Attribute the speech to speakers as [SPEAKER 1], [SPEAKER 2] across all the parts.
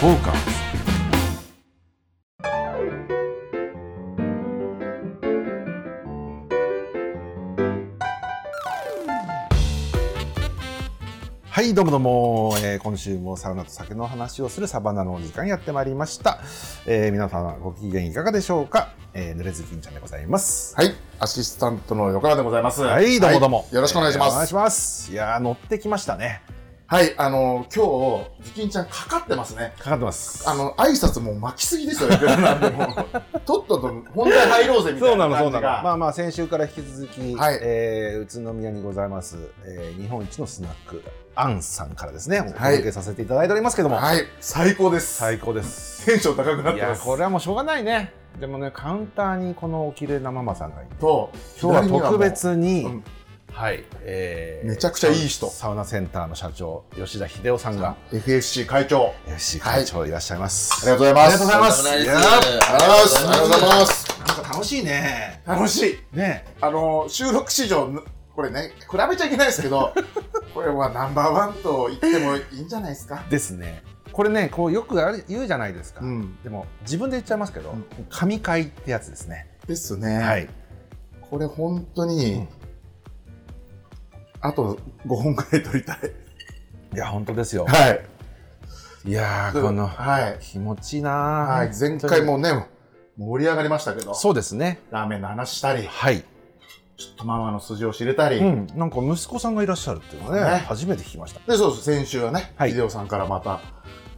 [SPEAKER 1] フォーカスはいどうもどうも、えー今週もサウナと酒の話をするサバナのお時間やってまいりました、えー皆様ご機嫌いかがでしょうか、えー、濡れずきんちゃんでございます
[SPEAKER 2] はい、アシスタントの横川でございます。
[SPEAKER 1] はいどうもどうも、
[SPEAKER 2] はいよろしくお願いしま
[SPEAKER 1] えーお願い
[SPEAKER 2] す。
[SPEAKER 1] しますいやー乗ってきましたね
[SPEAKER 2] はい、あの今日、ズキンちゃんかかってますね。
[SPEAKER 1] かかってます
[SPEAKER 2] あの挨拶もう巻きすぎですよね。なんでも とっとと本題入ろうぜみた
[SPEAKER 1] そう
[SPEAKER 2] い
[SPEAKER 1] な
[SPEAKER 2] な
[SPEAKER 1] の、
[SPEAKER 2] 感
[SPEAKER 1] そ
[SPEAKER 2] じ
[SPEAKER 1] うなの。
[SPEAKER 2] が。
[SPEAKER 1] まあまあ、先週から引き続き、
[SPEAKER 2] はい
[SPEAKER 1] えー宇都宮にございます、えー日本一のスナック、アンさんからですね、お
[SPEAKER 2] い
[SPEAKER 1] 届けさせていただいておりますけども、
[SPEAKER 2] はい、最高です。
[SPEAKER 1] 最高です。
[SPEAKER 2] テンション高くなっ
[SPEAKER 1] い
[SPEAKER 2] て
[SPEAKER 1] や、
[SPEAKER 2] ます。
[SPEAKER 1] これはもうしょうがないね。でもね、カウンターにこのおきれいなママさんがいて、
[SPEAKER 2] と
[SPEAKER 1] 今日は特
[SPEAKER 2] 左
[SPEAKER 1] 別に、
[SPEAKER 2] にはもう
[SPEAKER 1] はい、え
[SPEAKER 2] めちゃくちゃいい人
[SPEAKER 1] サウナセンターの社長、吉田秀夫さんが、
[SPEAKER 2] うん FFC 会長。
[SPEAKER 1] 吉会長いらっしゃいます。
[SPEAKER 2] ありがとうございます。
[SPEAKER 1] ありがとうございます
[SPEAKER 2] やありがとうございます。ありがとうございます。
[SPEAKER 1] なんか楽しいね。
[SPEAKER 2] 楽しい。
[SPEAKER 1] ね
[SPEAKER 2] あの収録史上これね比べちゃいけないです けどこれはナンバーワンと言ってもいいんじゃないですか
[SPEAKER 1] ですね。これね、こうよくある言うじゃないですか。
[SPEAKER 2] ん
[SPEAKER 1] でも自分で言っちゃいますけど、
[SPEAKER 2] うん
[SPEAKER 1] 神会ってやつですね。
[SPEAKER 2] ですね、
[SPEAKER 1] はい。
[SPEAKER 2] これ本当に、
[SPEAKER 1] うん
[SPEAKER 2] あと5本くらい撮りたい
[SPEAKER 1] いや本当です よ。
[SPEAKER 2] はい
[SPEAKER 1] いやーこの
[SPEAKER 2] はい、
[SPEAKER 1] 気持ちいいなー。
[SPEAKER 2] はい、前回もね盛り上がりましたけど
[SPEAKER 1] そうですね。
[SPEAKER 2] ラーメンの話したり
[SPEAKER 1] はい。
[SPEAKER 2] ちょっとママの筋を知れたり、
[SPEAKER 1] うん。なんか息子さんがいらっしゃるっていうのはね、
[SPEAKER 2] ね
[SPEAKER 1] 初めて聞きました。
[SPEAKER 2] でそうです先週はね、
[SPEAKER 1] はい
[SPEAKER 2] 秀夫さんからまた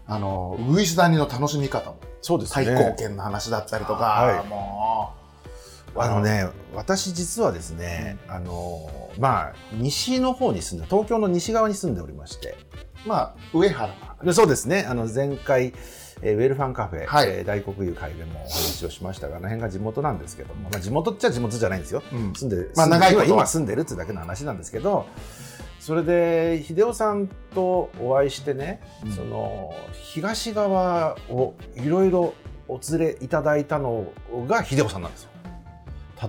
[SPEAKER 2] あのウグイスダニの楽しみ方も
[SPEAKER 1] そうで
[SPEAKER 2] 最高圏の話だったりとか、
[SPEAKER 1] はい
[SPEAKER 2] もう
[SPEAKER 1] あのね、私実はですね、あのーまあ西の方に住んで、東京の西側に住んでおりまして、
[SPEAKER 2] まあ、上原の
[SPEAKER 1] でそうですね。あの前回。えーウェルファンカフェ、
[SPEAKER 2] はい
[SPEAKER 1] えー大黒湯会でもお話をしましたが、あの辺が地元なんですけども、まあ、地元っちゃ地元じゃないんですよ、
[SPEAKER 2] うん
[SPEAKER 1] 住んで、
[SPEAKER 2] まあ
[SPEAKER 1] 住んで
[SPEAKER 2] 長いこと
[SPEAKER 1] 今今住んでるってだけの話なんですけどそれで秀夫さんとお会いしてね、
[SPEAKER 2] うん
[SPEAKER 1] その東側をいろいろお連れいただいたのが秀夫さんなんですよ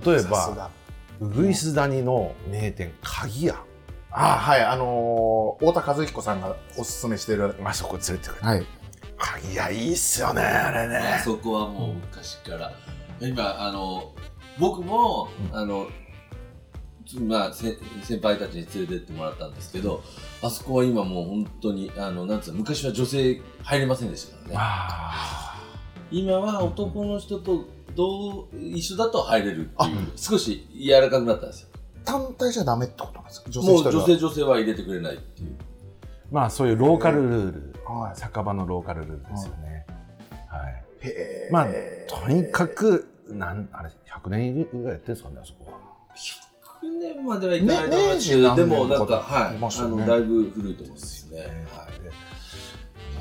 [SPEAKER 1] 例え
[SPEAKER 2] さす
[SPEAKER 1] ば
[SPEAKER 2] が
[SPEAKER 1] ウグイス谷の名店鍵屋
[SPEAKER 2] あはいあのー、太田和彦さんがおすすめしてる
[SPEAKER 1] あそこ連れてくれた
[SPEAKER 2] はい
[SPEAKER 1] 鍵屋いいっすよねあれ
[SPEAKER 3] あ
[SPEAKER 1] ね
[SPEAKER 3] そこはもう昔から今あの僕も、
[SPEAKER 1] うん
[SPEAKER 3] あのつまあ、せ先輩たちに連れてってもらったんですけどあそこは今もう本当にあのなんつうの昔は女性入れませんでしたからね
[SPEAKER 1] あ
[SPEAKER 3] 今は男の人とどう一緒だと入れるって
[SPEAKER 2] あ
[SPEAKER 3] いう少し柔らかくなったんですよ
[SPEAKER 2] 単体じゃダメってことなんですか女性
[SPEAKER 3] も
[SPEAKER 2] 一
[SPEAKER 3] う
[SPEAKER 2] 人は
[SPEAKER 3] 女性女性は入れてくれないっていう
[SPEAKER 1] まあそういうローカルルール、
[SPEAKER 2] はい
[SPEAKER 1] 酒場のローカルルールですよね、はい
[SPEAKER 2] へー
[SPEAKER 1] まあとにかく、なんあれ、100年ぐらいやってるんですかね、あそこは。
[SPEAKER 3] 100年まではいかないと思いますけ
[SPEAKER 2] ね明治
[SPEAKER 3] ど
[SPEAKER 2] 何
[SPEAKER 3] で
[SPEAKER 2] 年
[SPEAKER 3] もなん
[SPEAKER 2] とか
[SPEAKER 3] か、はい
[SPEAKER 2] います
[SPEAKER 3] あ
[SPEAKER 2] よね
[SPEAKER 3] のだいぶ古いと思うんですよね、はい
[SPEAKER 1] で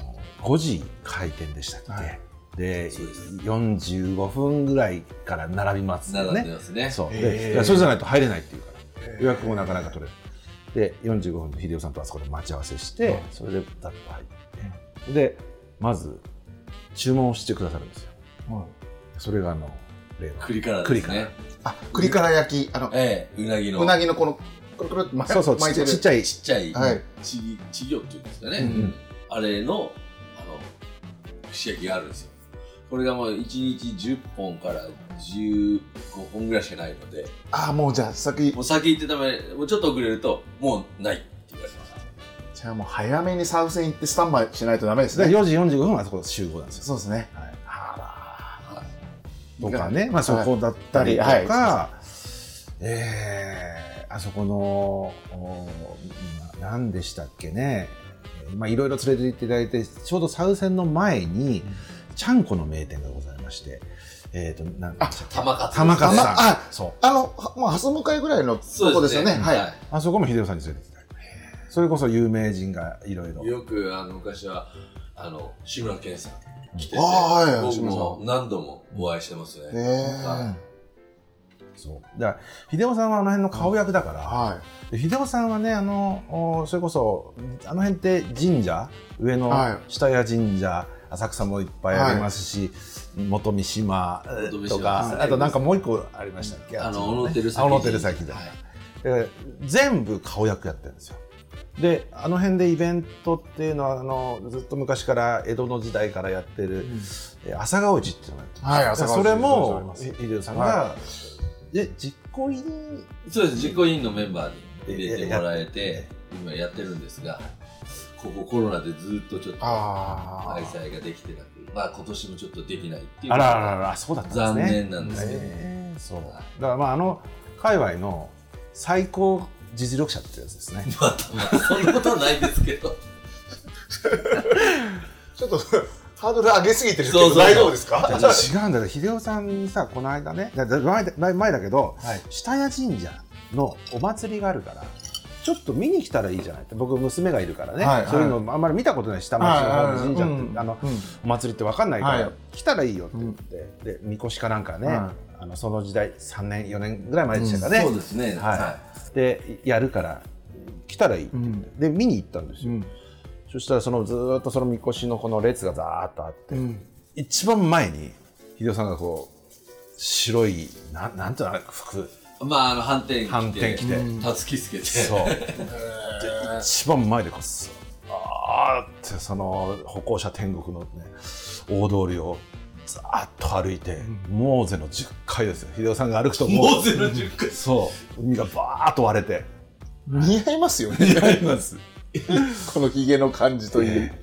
[SPEAKER 1] もう5時開店でしたっけ、
[SPEAKER 2] はい
[SPEAKER 1] で
[SPEAKER 3] そうです
[SPEAKER 1] 45分ぐらいから並びますよ
[SPEAKER 3] 並んで
[SPEAKER 1] ね。
[SPEAKER 3] ますね
[SPEAKER 1] そう
[SPEAKER 2] へ
[SPEAKER 1] で
[SPEAKER 2] ー
[SPEAKER 1] いやそれじゃないと入れないっていうから
[SPEAKER 2] へー
[SPEAKER 1] 予約もなかなか取れるで45分で秀夫さんとあそこで待ち合わせして、
[SPEAKER 2] はい
[SPEAKER 1] それでだっと入ってでまず注文をしてくださるんですよ
[SPEAKER 2] はい
[SPEAKER 1] それがあの例の
[SPEAKER 3] 栗からですね
[SPEAKER 2] あ栗から焼きあの
[SPEAKER 3] ええうなぎの
[SPEAKER 2] うなぎのこのくるくるって巻
[SPEAKER 1] そうそう
[SPEAKER 2] 巻い
[SPEAKER 1] ち
[SPEAKER 2] てる
[SPEAKER 1] ちっちゃい
[SPEAKER 3] ちっちゃい、
[SPEAKER 2] はい
[SPEAKER 3] ちぎちぎょっていうんですかね、
[SPEAKER 2] うん
[SPEAKER 1] うん
[SPEAKER 3] あれのあの串焼きがあるんですよこれがもう1日10本から15本ぐらいしかないので
[SPEAKER 2] あもうじゃあ先
[SPEAKER 3] もう先行ってためもうちょっと遅れるともうないって言われてます
[SPEAKER 2] じゃあもう早めにサウセン行ってスタンバイしないとダメです
[SPEAKER 1] で
[SPEAKER 2] ね
[SPEAKER 1] 4時45分はあそこ集合なんですよ
[SPEAKER 2] そうですね
[SPEAKER 1] はい
[SPEAKER 3] は
[SPEAKER 1] とかね、まあ、そこだったりとか、
[SPEAKER 2] はい
[SPEAKER 1] えーあそこのおな何でしたっけね、えーまあ、いろいろ連れて行っていただいてちょうどサウセンの前に、ちゃんこの名店がございまして、えー、となん
[SPEAKER 2] あ
[SPEAKER 3] 玉勝
[SPEAKER 1] 玉勝さん
[SPEAKER 2] 玉あ
[SPEAKER 1] そう
[SPEAKER 2] あのはもう蓮向かいぐらいのと
[SPEAKER 3] そう
[SPEAKER 2] こですよねはい、
[SPEAKER 1] あそこも秀夫さんに連れて行っていただいてそれこそ有名人がいろいろ
[SPEAKER 3] よくあの昔はあの志村けんさん来てて、
[SPEAKER 2] あーはい志
[SPEAKER 3] 僕
[SPEAKER 2] 村さん
[SPEAKER 3] も何度もお会いしてます
[SPEAKER 2] へ
[SPEAKER 3] ね、
[SPEAKER 2] え
[SPEAKER 1] そうだから秀夫さんはあの辺の顔役だから、
[SPEAKER 2] は
[SPEAKER 1] で秀夫さんはねあのおそれこそあの辺って神社上の
[SPEAKER 2] はい
[SPEAKER 1] 下谷神社、浅草もいっぱいありますし、元三島えー
[SPEAKER 3] 元三島
[SPEAKER 1] とか、
[SPEAKER 3] はい
[SPEAKER 1] あとなんかもう一個ありましたっけ
[SPEAKER 3] あ
[SPEAKER 1] っち
[SPEAKER 3] の小野照
[SPEAKER 1] ね
[SPEAKER 3] 崎
[SPEAKER 1] あ小野照崎だ
[SPEAKER 3] はい
[SPEAKER 1] で全部顔役やってるんですよであの辺でイベントっていうのはあのずっと昔から江戸の時代からやってる、えー朝顔市っていうのがやってる
[SPEAKER 2] はい、朝
[SPEAKER 1] で
[SPEAKER 2] 顔
[SPEAKER 1] それ
[SPEAKER 2] あり
[SPEAKER 1] も
[SPEAKER 2] ます
[SPEAKER 1] ひ秀夫さんが、
[SPEAKER 2] は
[SPEAKER 1] で実行委員
[SPEAKER 3] そうです実行委員のメンバーに入れてもらえて今やってるんですがここコロナでずっとちょっと
[SPEAKER 2] あ
[SPEAKER 3] 開
[SPEAKER 2] ー
[SPEAKER 3] 催ができてなくまあ今年もちょっとできないっていう
[SPEAKER 1] あらあらあらそうだったんですね
[SPEAKER 3] 残念なんですけど、
[SPEAKER 1] えーそうだからまああの界隈の最高実力者ってやつですね
[SPEAKER 3] まあそんなことはないですけど
[SPEAKER 2] ちょっと ハードル上げすぎてるけ
[SPEAKER 3] そう
[SPEAKER 2] ど
[SPEAKER 3] そうそう
[SPEAKER 2] 大丈夫ですか
[SPEAKER 3] 大丈夫です
[SPEAKER 1] 違うんだよ秀夫さんにさこの間ねだだ前だ前前だけど
[SPEAKER 2] はい
[SPEAKER 1] 下谷神社のお祭りがあるからちょっと見に来たらいいじゃないって僕娘がいるからね、
[SPEAKER 2] はいはい
[SPEAKER 1] そういうのあんまり見たことない下町の方の神社って、あのお祭りって分かんないから、
[SPEAKER 2] はい
[SPEAKER 1] 来たらいいよって言って、でみこしかなんかね、
[SPEAKER 2] は
[SPEAKER 1] あのその時代3年4年ぐらい前でしたかね、
[SPEAKER 3] そうですね
[SPEAKER 1] はい
[SPEAKER 3] は
[SPEAKER 1] でやるから来たらいいって言って、で見に行ったんですよ、そしたらそのずーっとそのみこしのこの列がザーッとあって、一番前に秀夫さんがこう白いななんていうのあれ服
[SPEAKER 3] いまああの反転
[SPEAKER 1] 反転着て、
[SPEAKER 3] たつきつけて
[SPEAKER 1] そうで一番前でこうすあーってその歩行者天国のね大通りをザーッと歩いて、モーゼの10階ですよ秀夫さんが歩くともう
[SPEAKER 3] もうゼロ十回
[SPEAKER 1] そう海がバーッと割れて
[SPEAKER 2] 似合います よね
[SPEAKER 1] あります
[SPEAKER 2] このヒゲの感じとい
[SPEAKER 1] え
[SPEAKER 2] う、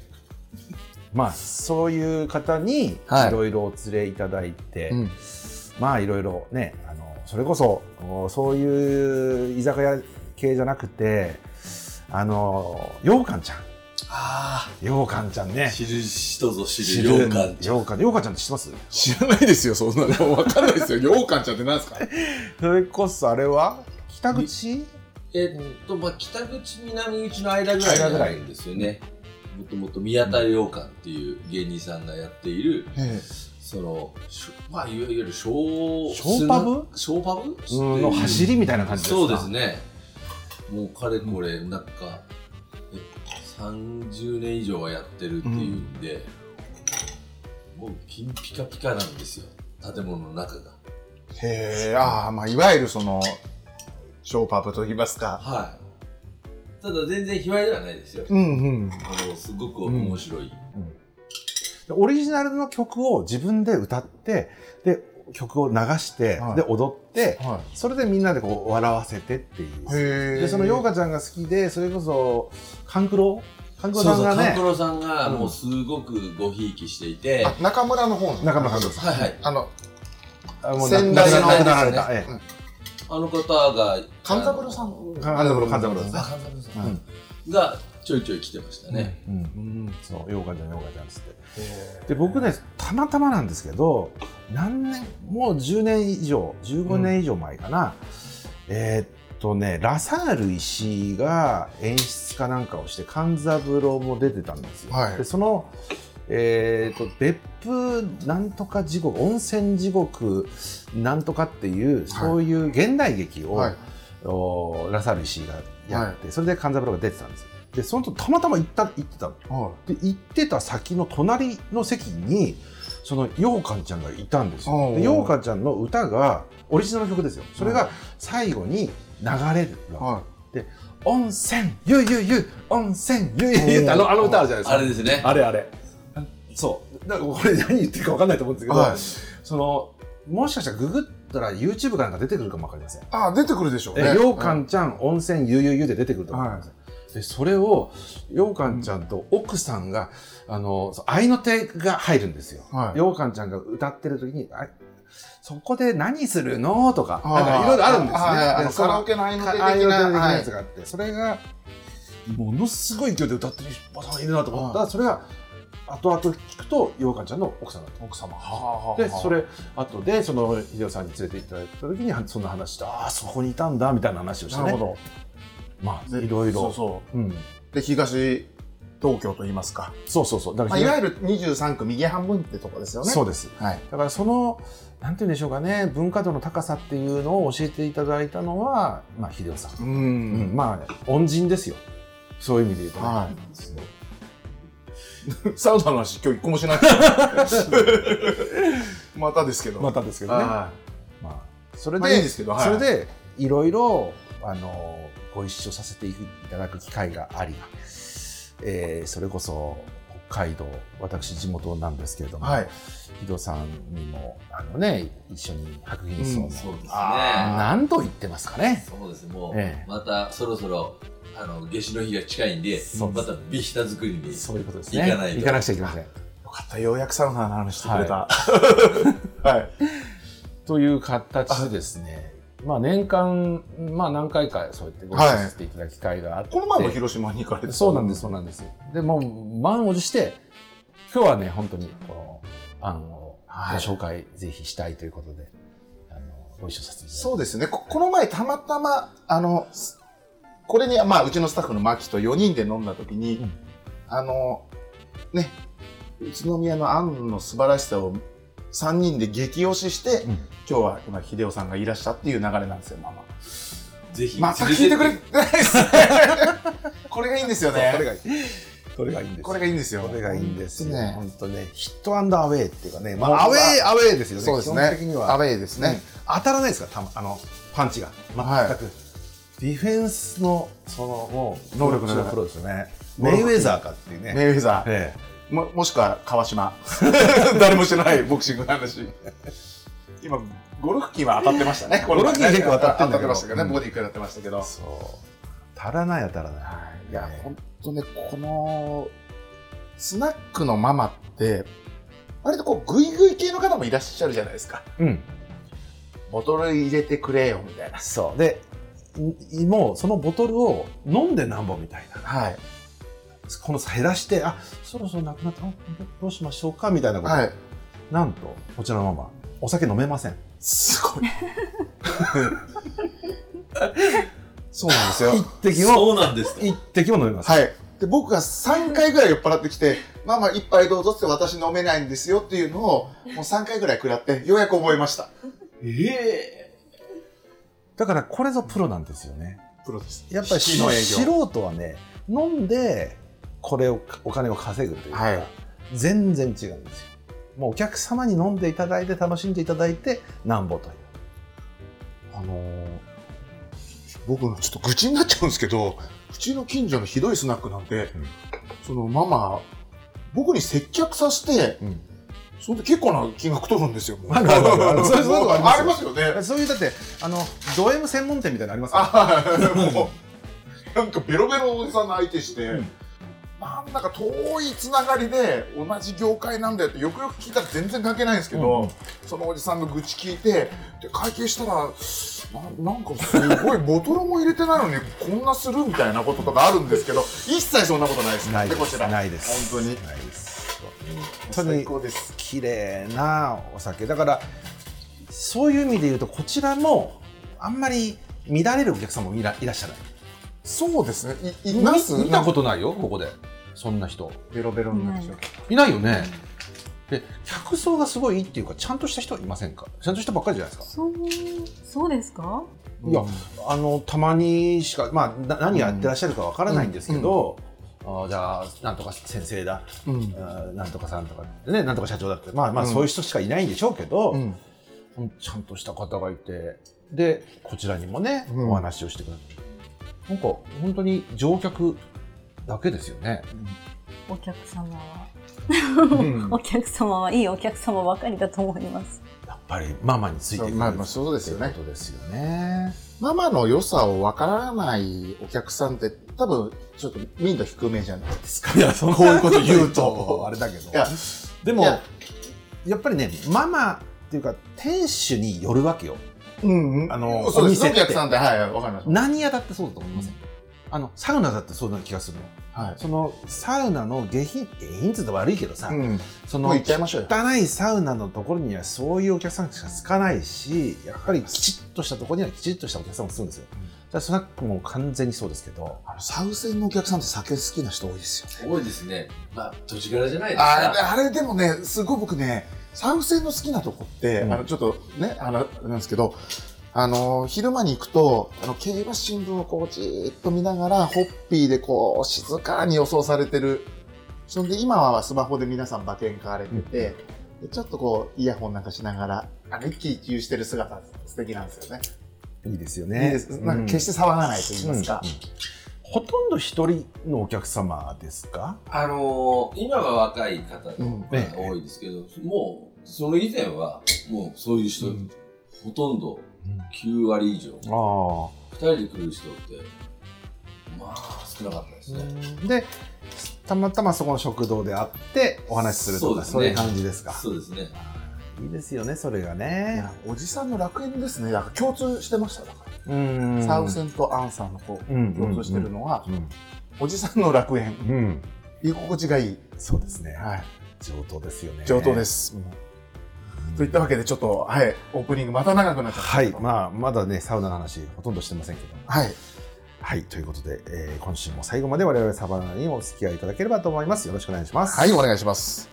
[SPEAKER 1] まあそういう方にい
[SPEAKER 2] はい
[SPEAKER 1] ろいろお連れいただいて、
[SPEAKER 2] うん
[SPEAKER 1] まあいろいろねあのそれこそおそういう居酒屋系じゃなくてあのようかんちゃん
[SPEAKER 3] あ
[SPEAKER 1] ようかんちゃんね
[SPEAKER 3] あ知る人ぞ知
[SPEAKER 1] 知
[SPEAKER 3] る
[SPEAKER 1] る
[SPEAKER 3] ようかん
[SPEAKER 1] ようかんようかんちゃんって知ってます
[SPEAKER 2] 知らないですよそんなの 分かんないですよ羊羹ちゃんってなんですか
[SPEAKER 1] それこそあれは北口
[SPEAKER 3] えっとまあ北口南口の間ぐらいになるんですよねもともと宮田洋館っていう芸人さんがやっている、そのしょまあいわゆる小
[SPEAKER 1] 小パブ
[SPEAKER 3] 砂小パブ
[SPEAKER 1] うんの走りみたいな感じですか
[SPEAKER 3] そうですねもうかれこれなんか、え30年以上はやってるっていうんで、もうピンピカピカなんですよ建物の中が
[SPEAKER 2] へえああまあいわゆるそのショーパブといいますか
[SPEAKER 3] はいただ全然卑猥ではないですよ、
[SPEAKER 2] うんうん
[SPEAKER 3] あのすごく面白い、
[SPEAKER 1] でオリジナルの曲を自分で歌ってで曲を流して、
[SPEAKER 2] はい
[SPEAKER 1] で踊って
[SPEAKER 2] は
[SPEAKER 1] それでみんなでこう笑わせてっていう
[SPEAKER 2] いへえ
[SPEAKER 1] でその陽花ちゃんが好きでそれこそ勘九郎勘九
[SPEAKER 3] そ
[SPEAKER 1] 郎
[SPEAKER 3] うそ
[SPEAKER 1] さ
[SPEAKER 3] うん
[SPEAKER 1] がね
[SPEAKER 3] 勘九郎さんが
[SPEAKER 1] うん
[SPEAKER 3] もうすごくごひいきしていて、
[SPEAKER 2] あ中村の方の
[SPEAKER 1] 中村勘九郎さん
[SPEAKER 3] はいはい
[SPEAKER 2] あの
[SPEAKER 1] あもう
[SPEAKER 2] 先
[SPEAKER 1] 亡くな
[SPEAKER 2] 代の
[SPEAKER 1] 亡くなられた、ええ
[SPEAKER 3] あの方が
[SPEAKER 2] 勘三郎さん
[SPEAKER 1] 勘勘三郎勘三郎
[SPEAKER 3] あ
[SPEAKER 1] ですね
[SPEAKER 3] 勘三郎さんがちょいちょい来てましたね、
[SPEAKER 1] うん、そう陽花ちゃん陽花ちゃんっつってで僕ねたまたまなんですけど何年もう10年以上15年以上前かな、えーっとねラサール石井が演出かなんかをして勘三郎も出てたんですよ。
[SPEAKER 2] はい
[SPEAKER 1] でそのえー、と別府なんとか地獄温泉地獄なんとかっていうそういう現代劇を、
[SPEAKER 2] はい
[SPEAKER 1] おラサール石井がやって、それで勘三郎が出てたんですよでその時たまたま行った行ってたの
[SPEAKER 2] は
[SPEAKER 1] で行ってた先の隣の席にその羊羹ちゃんがいたんですよ
[SPEAKER 2] おう
[SPEAKER 1] で羊羹ちゃんの歌がオリジナルの曲ですよそれが最後に流れる
[SPEAKER 2] い
[SPEAKER 1] わ
[SPEAKER 2] は
[SPEAKER 1] け温泉ゆゆゆ温泉ゆゆゆってあ
[SPEAKER 2] お
[SPEAKER 1] の
[SPEAKER 2] う
[SPEAKER 1] あの歌あるじゃないですか
[SPEAKER 3] あれですね
[SPEAKER 1] あれあれそうだからこれ何言ってるか分かんないと思うんです
[SPEAKER 2] い
[SPEAKER 1] けど、
[SPEAKER 2] はい
[SPEAKER 1] そのもしかしたらググったら YouTube かなんか出てくるかも分かりません
[SPEAKER 2] ああ出てくるでしょうね
[SPEAKER 1] え羊羹ちゃん、温泉ゆゆゆで出てくると思うんですよ、でそれを羊羹ちゃんと奥さんが、あのそう合いの手が入るんですよ、
[SPEAKER 2] はい
[SPEAKER 1] 羊羹ちゃんが歌ってる時にあそこで何するのとかなん
[SPEAKER 2] は
[SPEAKER 1] かいろいろあるんですね
[SPEAKER 2] はいあ
[SPEAKER 1] で
[SPEAKER 2] の
[SPEAKER 1] そ
[SPEAKER 2] カ
[SPEAKER 1] の
[SPEAKER 2] ラオケの合いの手的
[SPEAKER 1] ああいう
[SPEAKER 2] な
[SPEAKER 1] 歌的な
[SPEAKER 2] は
[SPEAKER 1] やつ
[SPEAKER 2] い
[SPEAKER 1] があって、それがものすごい勢いで歌ってるおばさんがいるなと思ったら、それが後々聞くと羊羹ちゃんの奥さんだった奥様でそれ後でその秀夫さんに連れて行っていただいた時にそんな話してああそこにいたんだみたいな話をして、ね、
[SPEAKER 2] なるほ
[SPEAKER 1] まあ
[SPEAKER 2] で
[SPEAKER 1] いろいろ,、
[SPEAKER 2] そうそう
[SPEAKER 1] ん、
[SPEAKER 2] うで東東京といいますか、
[SPEAKER 1] そうそうそうだか
[SPEAKER 2] まあ、
[SPEAKER 1] ら、
[SPEAKER 2] いわゆる23区右半分ってとこですよね
[SPEAKER 1] そうです
[SPEAKER 2] はい
[SPEAKER 1] だからそのなんて言うんでしょうかね文化度の高さっていうのを教えていただいたのは、まあ、秀夫さん、
[SPEAKER 2] う
[SPEAKER 1] うん
[SPEAKER 2] ん、
[SPEAKER 1] まあ恩人ですよそういう意味で言うとね、
[SPEAKER 2] は
[SPEAKER 1] そう
[SPEAKER 2] い、 サウナの話今日一個もしない またですけど
[SPEAKER 1] またですけどね
[SPEAKER 2] は
[SPEAKER 1] まあ、それ
[SPEAKER 2] い
[SPEAKER 1] で、
[SPEAKER 2] まあいいんですけどはい
[SPEAKER 1] それでいろいろあのご一緒させていただく機会があり、えーそれこそ北海道私地元なんですけれども、
[SPEAKER 2] はい。
[SPEAKER 1] 木戸さんにもあのね一緒に白銀荘の、
[SPEAKER 2] うん
[SPEAKER 3] そうですね。
[SPEAKER 2] あ
[SPEAKER 1] 何度言ってますかね
[SPEAKER 3] そうですもう、
[SPEAKER 1] ええ
[SPEAKER 3] またそろそろあの夏至の日が近いんで
[SPEAKER 1] そうで
[SPEAKER 3] ますたビヒタ作りに
[SPEAKER 1] そういうことですね
[SPEAKER 3] 行かないと
[SPEAKER 1] 行かなくちゃいけません
[SPEAKER 2] よかった、ようやくサウナの話してくれた。 はい。
[SPEAKER 1] という形でですねまあ年間まあ何回かそうやってご一緒させていただく機会があって、
[SPEAKER 2] この前も広島に行かれて
[SPEAKER 1] そうなんです、そうなんです。でもう、満を持して、今日はね、本当に、この案をご紹介ぜひしたいということで、あの、ご一緒させていただいて。
[SPEAKER 2] そうですね。ここの前たまたま、あの、すこれに、まあ、うちのスタッフのマキと4人で飲んだ時に、
[SPEAKER 1] うん
[SPEAKER 2] あの、ね、宇都宮のアンの素晴らしさを3人で激推しして、
[SPEAKER 1] うん
[SPEAKER 2] 今日は今、秀夫さんがいらっしゃっていう流れなんですよ、ママ。
[SPEAKER 3] ぜひ
[SPEAKER 2] また聞いてくれ
[SPEAKER 3] 連
[SPEAKER 2] てないですね。これがいいんですよね。
[SPEAKER 1] がいい。これがいいんで
[SPEAKER 2] これがいいんですよ。
[SPEAKER 1] これがいいんですよ。
[SPEAKER 2] ね
[SPEAKER 1] 本当ね、ヒットアンドアウェイっていうかね、ま
[SPEAKER 2] 本
[SPEAKER 1] あ、アウ
[SPEAKER 2] 当
[SPEAKER 1] ェ
[SPEAKER 2] だ
[SPEAKER 1] イ、アウェイですよね。
[SPEAKER 2] そうです
[SPEAKER 1] 基
[SPEAKER 2] ね
[SPEAKER 1] 本的に。は。
[SPEAKER 2] アウェイですね。
[SPEAKER 1] うん当たらないですから、たま、あの、パンチが。全く。
[SPEAKER 2] はい
[SPEAKER 1] ディフェンスの、その、もう、
[SPEAKER 2] 能力の
[SPEAKER 1] プロですよね。
[SPEAKER 2] 能
[SPEAKER 1] メ
[SPEAKER 2] 力
[SPEAKER 1] イウェザーかっていうね。
[SPEAKER 2] メイウェザー、
[SPEAKER 1] ええ
[SPEAKER 2] ももしくは川島 誰も知らないボクシングの話今ゴルフキーは当たってましたね
[SPEAKER 1] ゴルフキー結構当たってんだけ
[SPEAKER 2] 当たって
[SPEAKER 1] ど
[SPEAKER 2] ましたけどね、
[SPEAKER 1] うん
[SPEAKER 2] ボディーからやってましたけど、
[SPEAKER 1] そう。足らない、当たらない。
[SPEAKER 2] いや本当ねこのスナックのママって割とこうグイグイ系の方もいらっしゃるじゃないですか
[SPEAKER 1] うん。
[SPEAKER 2] ボトル入れてくれよみたいな
[SPEAKER 1] そう。で、いもうそのボトルを飲んでなんぼみたいな。
[SPEAKER 2] はい
[SPEAKER 1] この減らして、あ、そろそろなくなった。あどどうしましょうかみたいなこと。
[SPEAKER 2] はい
[SPEAKER 1] なんと、こちらのママ、お酒飲めません。
[SPEAKER 2] すごいそうなんですよ
[SPEAKER 1] 一滴
[SPEAKER 3] れ
[SPEAKER 1] も、
[SPEAKER 3] そうなんですか
[SPEAKER 1] 一滴も飲めません。
[SPEAKER 2] はい。で、僕が3回ぐらい酔っ払ってきて、ママ一杯どうぞって私飲めないんですよっていうのを、もう3回ぐらい食らって、ようやく覚えました。
[SPEAKER 3] え
[SPEAKER 1] だから、これぞプロなんですよね。
[SPEAKER 2] プロです。
[SPEAKER 1] やっぱり
[SPEAKER 2] 引きの営業
[SPEAKER 1] 素人はね、飲んで、これを、お金を稼ぐというか、
[SPEAKER 2] はい
[SPEAKER 1] 全然違うんですよ。もうお客様に飲んでいただいて、楽しんでいただいて、なんぼという。
[SPEAKER 2] あのー僕、ちょっと愚痴になっちゃうんですけど、うちの近所のひどいスナックなんて、
[SPEAKER 1] うん
[SPEAKER 2] そのママ、僕に接客させて、
[SPEAKER 1] うん
[SPEAKER 2] それで結構な金額取るんですよ。もう
[SPEAKER 1] あるあるあ るそういうことあ
[SPEAKER 2] あ
[SPEAKER 1] り
[SPEAKER 2] り
[SPEAKER 1] ま
[SPEAKER 2] ますよね。
[SPEAKER 1] そういうだってあのド M 専門店みたいなのありますか
[SPEAKER 2] あはいもう、なんかベロベロのおじさんの相手して、
[SPEAKER 1] うん
[SPEAKER 2] なんだか遠いつながりで同じ業界なんだよってよくよく聞いたら全然関係ないんですけど、
[SPEAKER 1] うん
[SPEAKER 2] そのおじさんの愚痴聞いてで会計したらななんかすごいボトルも入れてないのにこんなするみたいなこととかあるんですけど一切そんなことないです
[SPEAKER 1] ないで
[SPEAKER 2] こち
[SPEAKER 1] す
[SPEAKER 2] ら
[SPEAKER 1] ないです
[SPEAKER 2] 本当に
[SPEAKER 1] ないです当に
[SPEAKER 2] 最高です
[SPEAKER 1] 綺麗なお酒だからそういう意味で言うとこちらもあんまり乱れるお客様もいらいらっしゃらない
[SPEAKER 2] そうですねいい
[SPEAKER 1] 見
[SPEAKER 2] ます
[SPEAKER 1] 見たことないよここでそんな人
[SPEAKER 2] ベロベロになっちゃう
[SPEAKER 1] いないよねで客層がすごいいいっていうかちゃんとした人はいませんかちゃんとしたばっかりじゃないですか
[SPEAKER 4] そう、そうですか。
[SPEAKER 1] いやあのたまにしか、まあ、な何やってらっしゃるかわからないんですけど、あーじゃあなんとか先生だ
[SPEAKER 2] うん
[SPEAKER 1] あーなんとかさんとかねなんとか社長だってまあまあ
[SPEAKER 2] うん
[SPEAKER 1] そういう人しかいないんでしょうけど、
[SPEAKER 2] うん
[SPEAKER 1] うんちゃんとした方がいてでこちらにもね、
[SPEAKER 2] うん
[SPEAKER 1] お話をしてくださってなんか本当に乗客だけですよね
[SPEAKER 4] お客様は。
[SPEAKER 2] うん
[SPEAKER 4] お客様はいいお客様ばかりだと思います。
[SPEAKER 1] やっぱりママについてくる
[SPEAKER 2] まあまあそうで
[SPEAKER 1] って
[SPEAKER 2] す
[SPEAKER 1] い
[SPEAKER 2] よ
[SPEAKER 1] う
[SPEAKER 2] ね
[SPEAKER 1] ことですよね
[SPEAKER 2] ママの良さをわからないお客さんって多分ちょっと民度低めじゃないで すか。
[SPEAKER 1] いやそんな
[SPEAKER 2] こういうこと言う
[SPEAKER 1] あ
[SPEAKER 2] と。
[SPEAKER 1] れだけど
[SPEAKER 2] いや
[SPEAKER 1] でも
[SPEAKER 2] い
[SPEAKER 1] や
[SPEAKER 2] や
[SPEAKER 1] っぱりねママっていうか店主によるわけよ
[SPEAKER 2] うんうん
[SPEAKER 1] あの
[SPEAKER 2] そうです
[SPEAKER 1] お店って
[SPEAKER 2] お客さんって、はい、はいわかりまし
[SPEAKER 1] 何屋だってそうだと思いません、あのサウナだってそうな気がするの
[SPEAKER 2] た。はい。
[SPEAKER 1] そのサウナの下品下品っつうと悪いけどさ、
[SPEAKER 2] うん。
[SPEAKER 1] そ
[SPEAKER 2] もう
[SPEAKER 1] の
[SPEAKER 2] 行っちゃいましょうよ。
[SPEAKER 1] 汚いサウナのところにはそういうお客さんしかつかないしやっぱりきちっとしたところにはきちっとしたお客さんもするんですよ、
[SPEAKER 2] うん
[SPEAKER 1] だからスナックも完全にそうですけど
[SPEAKER 2] あの、サウセンのお客さんって酒好きな人多いですよね。
[SPEAKER 3] 多いですねまあ土地柄じゃないです
[SPEAKER 2] あ
[SPEAKER 3] か
[SPEAKER 2] あれでもね、すごい僕ね、サウセンの好きなとこって、
[SPEAKER 1] うん
[SPEAKER 2] あの、ちょっとね、あの、なんですけど、あの、昼間に行くと、あの、競馬新聞をこう、じーっと見ながら、ホッピーでこう、静かに予想されてる。そんで、今はスマホで皆さん馬券買われてて、でちょっとこう、イヤホンなんかしながら、あの、一喜一憂してる姿、素敵なんですよね。
[SPEAKER 1] いいですよ
[SPEAKER 2] いい
[SPEAKER 1] ね
[SPEAKER 2] ですなんか決して騒がないと言いますか。
[SPEAKER 1] ほとんど一人のお客様ですか
[SPEAKER 3] あのー今は若い方が
[SPEAKER 2] うん
[SPEAKER 1] ええ
[SPEAKER 3] 多いですけど、もう、その以前は、もうそういう人、
[SPEAKER 2] うん
[SPEAKER 3] ほとんど
[SPEAKER 1] うん
[SPEAKER 3] 9割以上、二
[SPEAKER 1] ああ
[SPEAKER 3] 人で来る人って、まあ、少なかったですね。
[SPEAKER 1] でたまたまそこの食堂で会ってお話しするとかそ,、
[SPEAKER 3] そうう
[SPEAKER 1] い
[SPEAKER 3] です
[SPEAKER 1] う
[SPEAKER 3] ね
[SPEAKER 1] 感じですか
[SPEAKER 3] そうですね。
[SPEAKER 1] あーいいですよねそれが
[SPEAKER 2] い
[SPEAKER 1] ね
[SPEAKER 2] やおじさんの楽園ですね。だから共通してました。だから
[SPEAKER 1] うん
[SPEAKER 2] サウセンとアンさんのこう
[SPEAKER 1] うん
[SPEAKER 2] 共通してるのは、
[SPEAKER 1] うん、
[SPEAKER 2] おじさんの楽園。
[SPEAKER 1] うん、
[SPEAKER 2] 居心地がいい。
[SPEAKER 1] そうですね、
[SPEAKER 2] はい。
[SPEAKER 1] 上等ですよね、
[SPEAKER 2] 上等ですす。もう
[SPEAKER 1] うん
[SPEAKER 2] といったわけで、ちょっと、はい、オープニングまた長くなっちゃった。
[SPEAKER 1] はいまあまだねサウナの話ほとんどしてませんけど
[SPEAKER 2] はい。
[SPEAKER 1] はいということで、えー今週も最後まで我々サバナにお付き合いいただければと思いますよろしくお願いします
[SPEAKER 2] はい、お願いします。